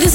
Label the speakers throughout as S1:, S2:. S1: this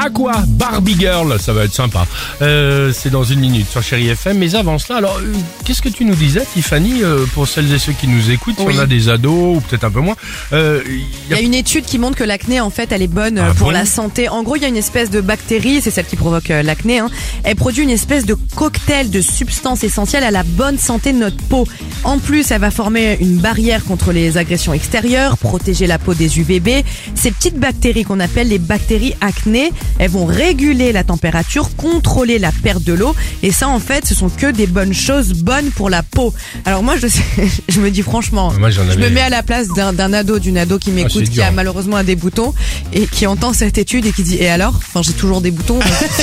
S2: À quoi Barbie Girl, ça va être sympa. Euh, c'est dans une minute sur Chéri FM. Mais avant cela, alors euh, qu'est-ce que tu nous disais, Tiffany, euh, pour celles et ceux qui nous écoutent, si
S3: Oui. Eh
S2: on a des ados ou peut-être un peu moins. euh,
S3: Il y a une étude qui montre que l'acné, en fait, elle est bonne euh,
S2: Ah
S3: pour
S2: bon
S3: la santé. En gros, il y a une espèce de bactérie, c'est celle qui provoque euh, l'acné. hein. Elle produit une espèce de cocktail de substances essentielles à la bonne santé de notre peau. En plus, elle va former une barrière contre les agressions extérieures, protéger la peau des UVB. Ces petites bactéries qu'on appelle les bactéries acné, elles vont réguler la température, contrôler la perte de l'eau. Et ça, en fait, ce sont que des bonnes choses bonnes pour la peau. Alors moi, je, sais- je me dis franchement,
S2: Moi, j'en
S3: je
S2: avais-
S3: me
S2: Ah,
S3: mets à la place d'un d'un ado, d'une ado qui m'écoute,
S2: c'est
S3: qui a
S2: dur.
S3: malheureusement un des boutons et qui entend cette étude et qui dit et alors Enfin, j'ai toujours des boutons.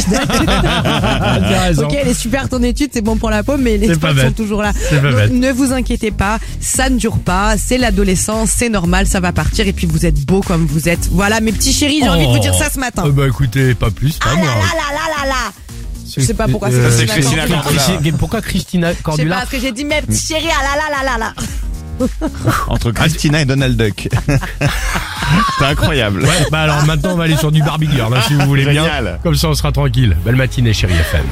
S2: Ah, t'as raison.
S3: ben, ok, elle est super ton étude, c'est bon pour la peau, mais les
S2: C'est pas
S3: spots sont
S2: bête.
S3: toujours là.
S2: C'est pas
S3: Donc,
S2: bête.
S3: ne vous inquiétez pas, ça ne dure pas, c'est l'adolescence, c'est normal, ça va partir et puis vous êtes beau comme vous êtes. Voilà, mes petits chéris, j'ai envie de vous dire ça ce
S2: Euh,
S3: matin.
S2: bah écoutez, pas plus, pas
S3: Ah là
S2: moins.
S3: là là là là là Je sais pas pourquoi c'est
S2: Euh,
S3: Christina
S2: Christina
S3: Cordula.
S2: Christi- Pourquoi Christina
S3: Je sais pas,
S2: Cordula
S3: parce que j'ai dit mes petits chéris, ah là là là là là.
S4: Entre Christina et Donald Duck. C'est incroyable.
S2: Ouais, bah alors maintenant on va aller sur du Barbie Girl, hein, si vous voulez bien.
S4: Génial.
S2: Comme ça on sera tranquille. Belle matinée, Chéri FM.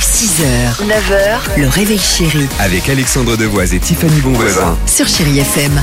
S5: 6h, 9h, le réveil chéri
S6: Avec Alexandre Devoise et Tiffany Bonvoisin.
S5: sur Chérie FM.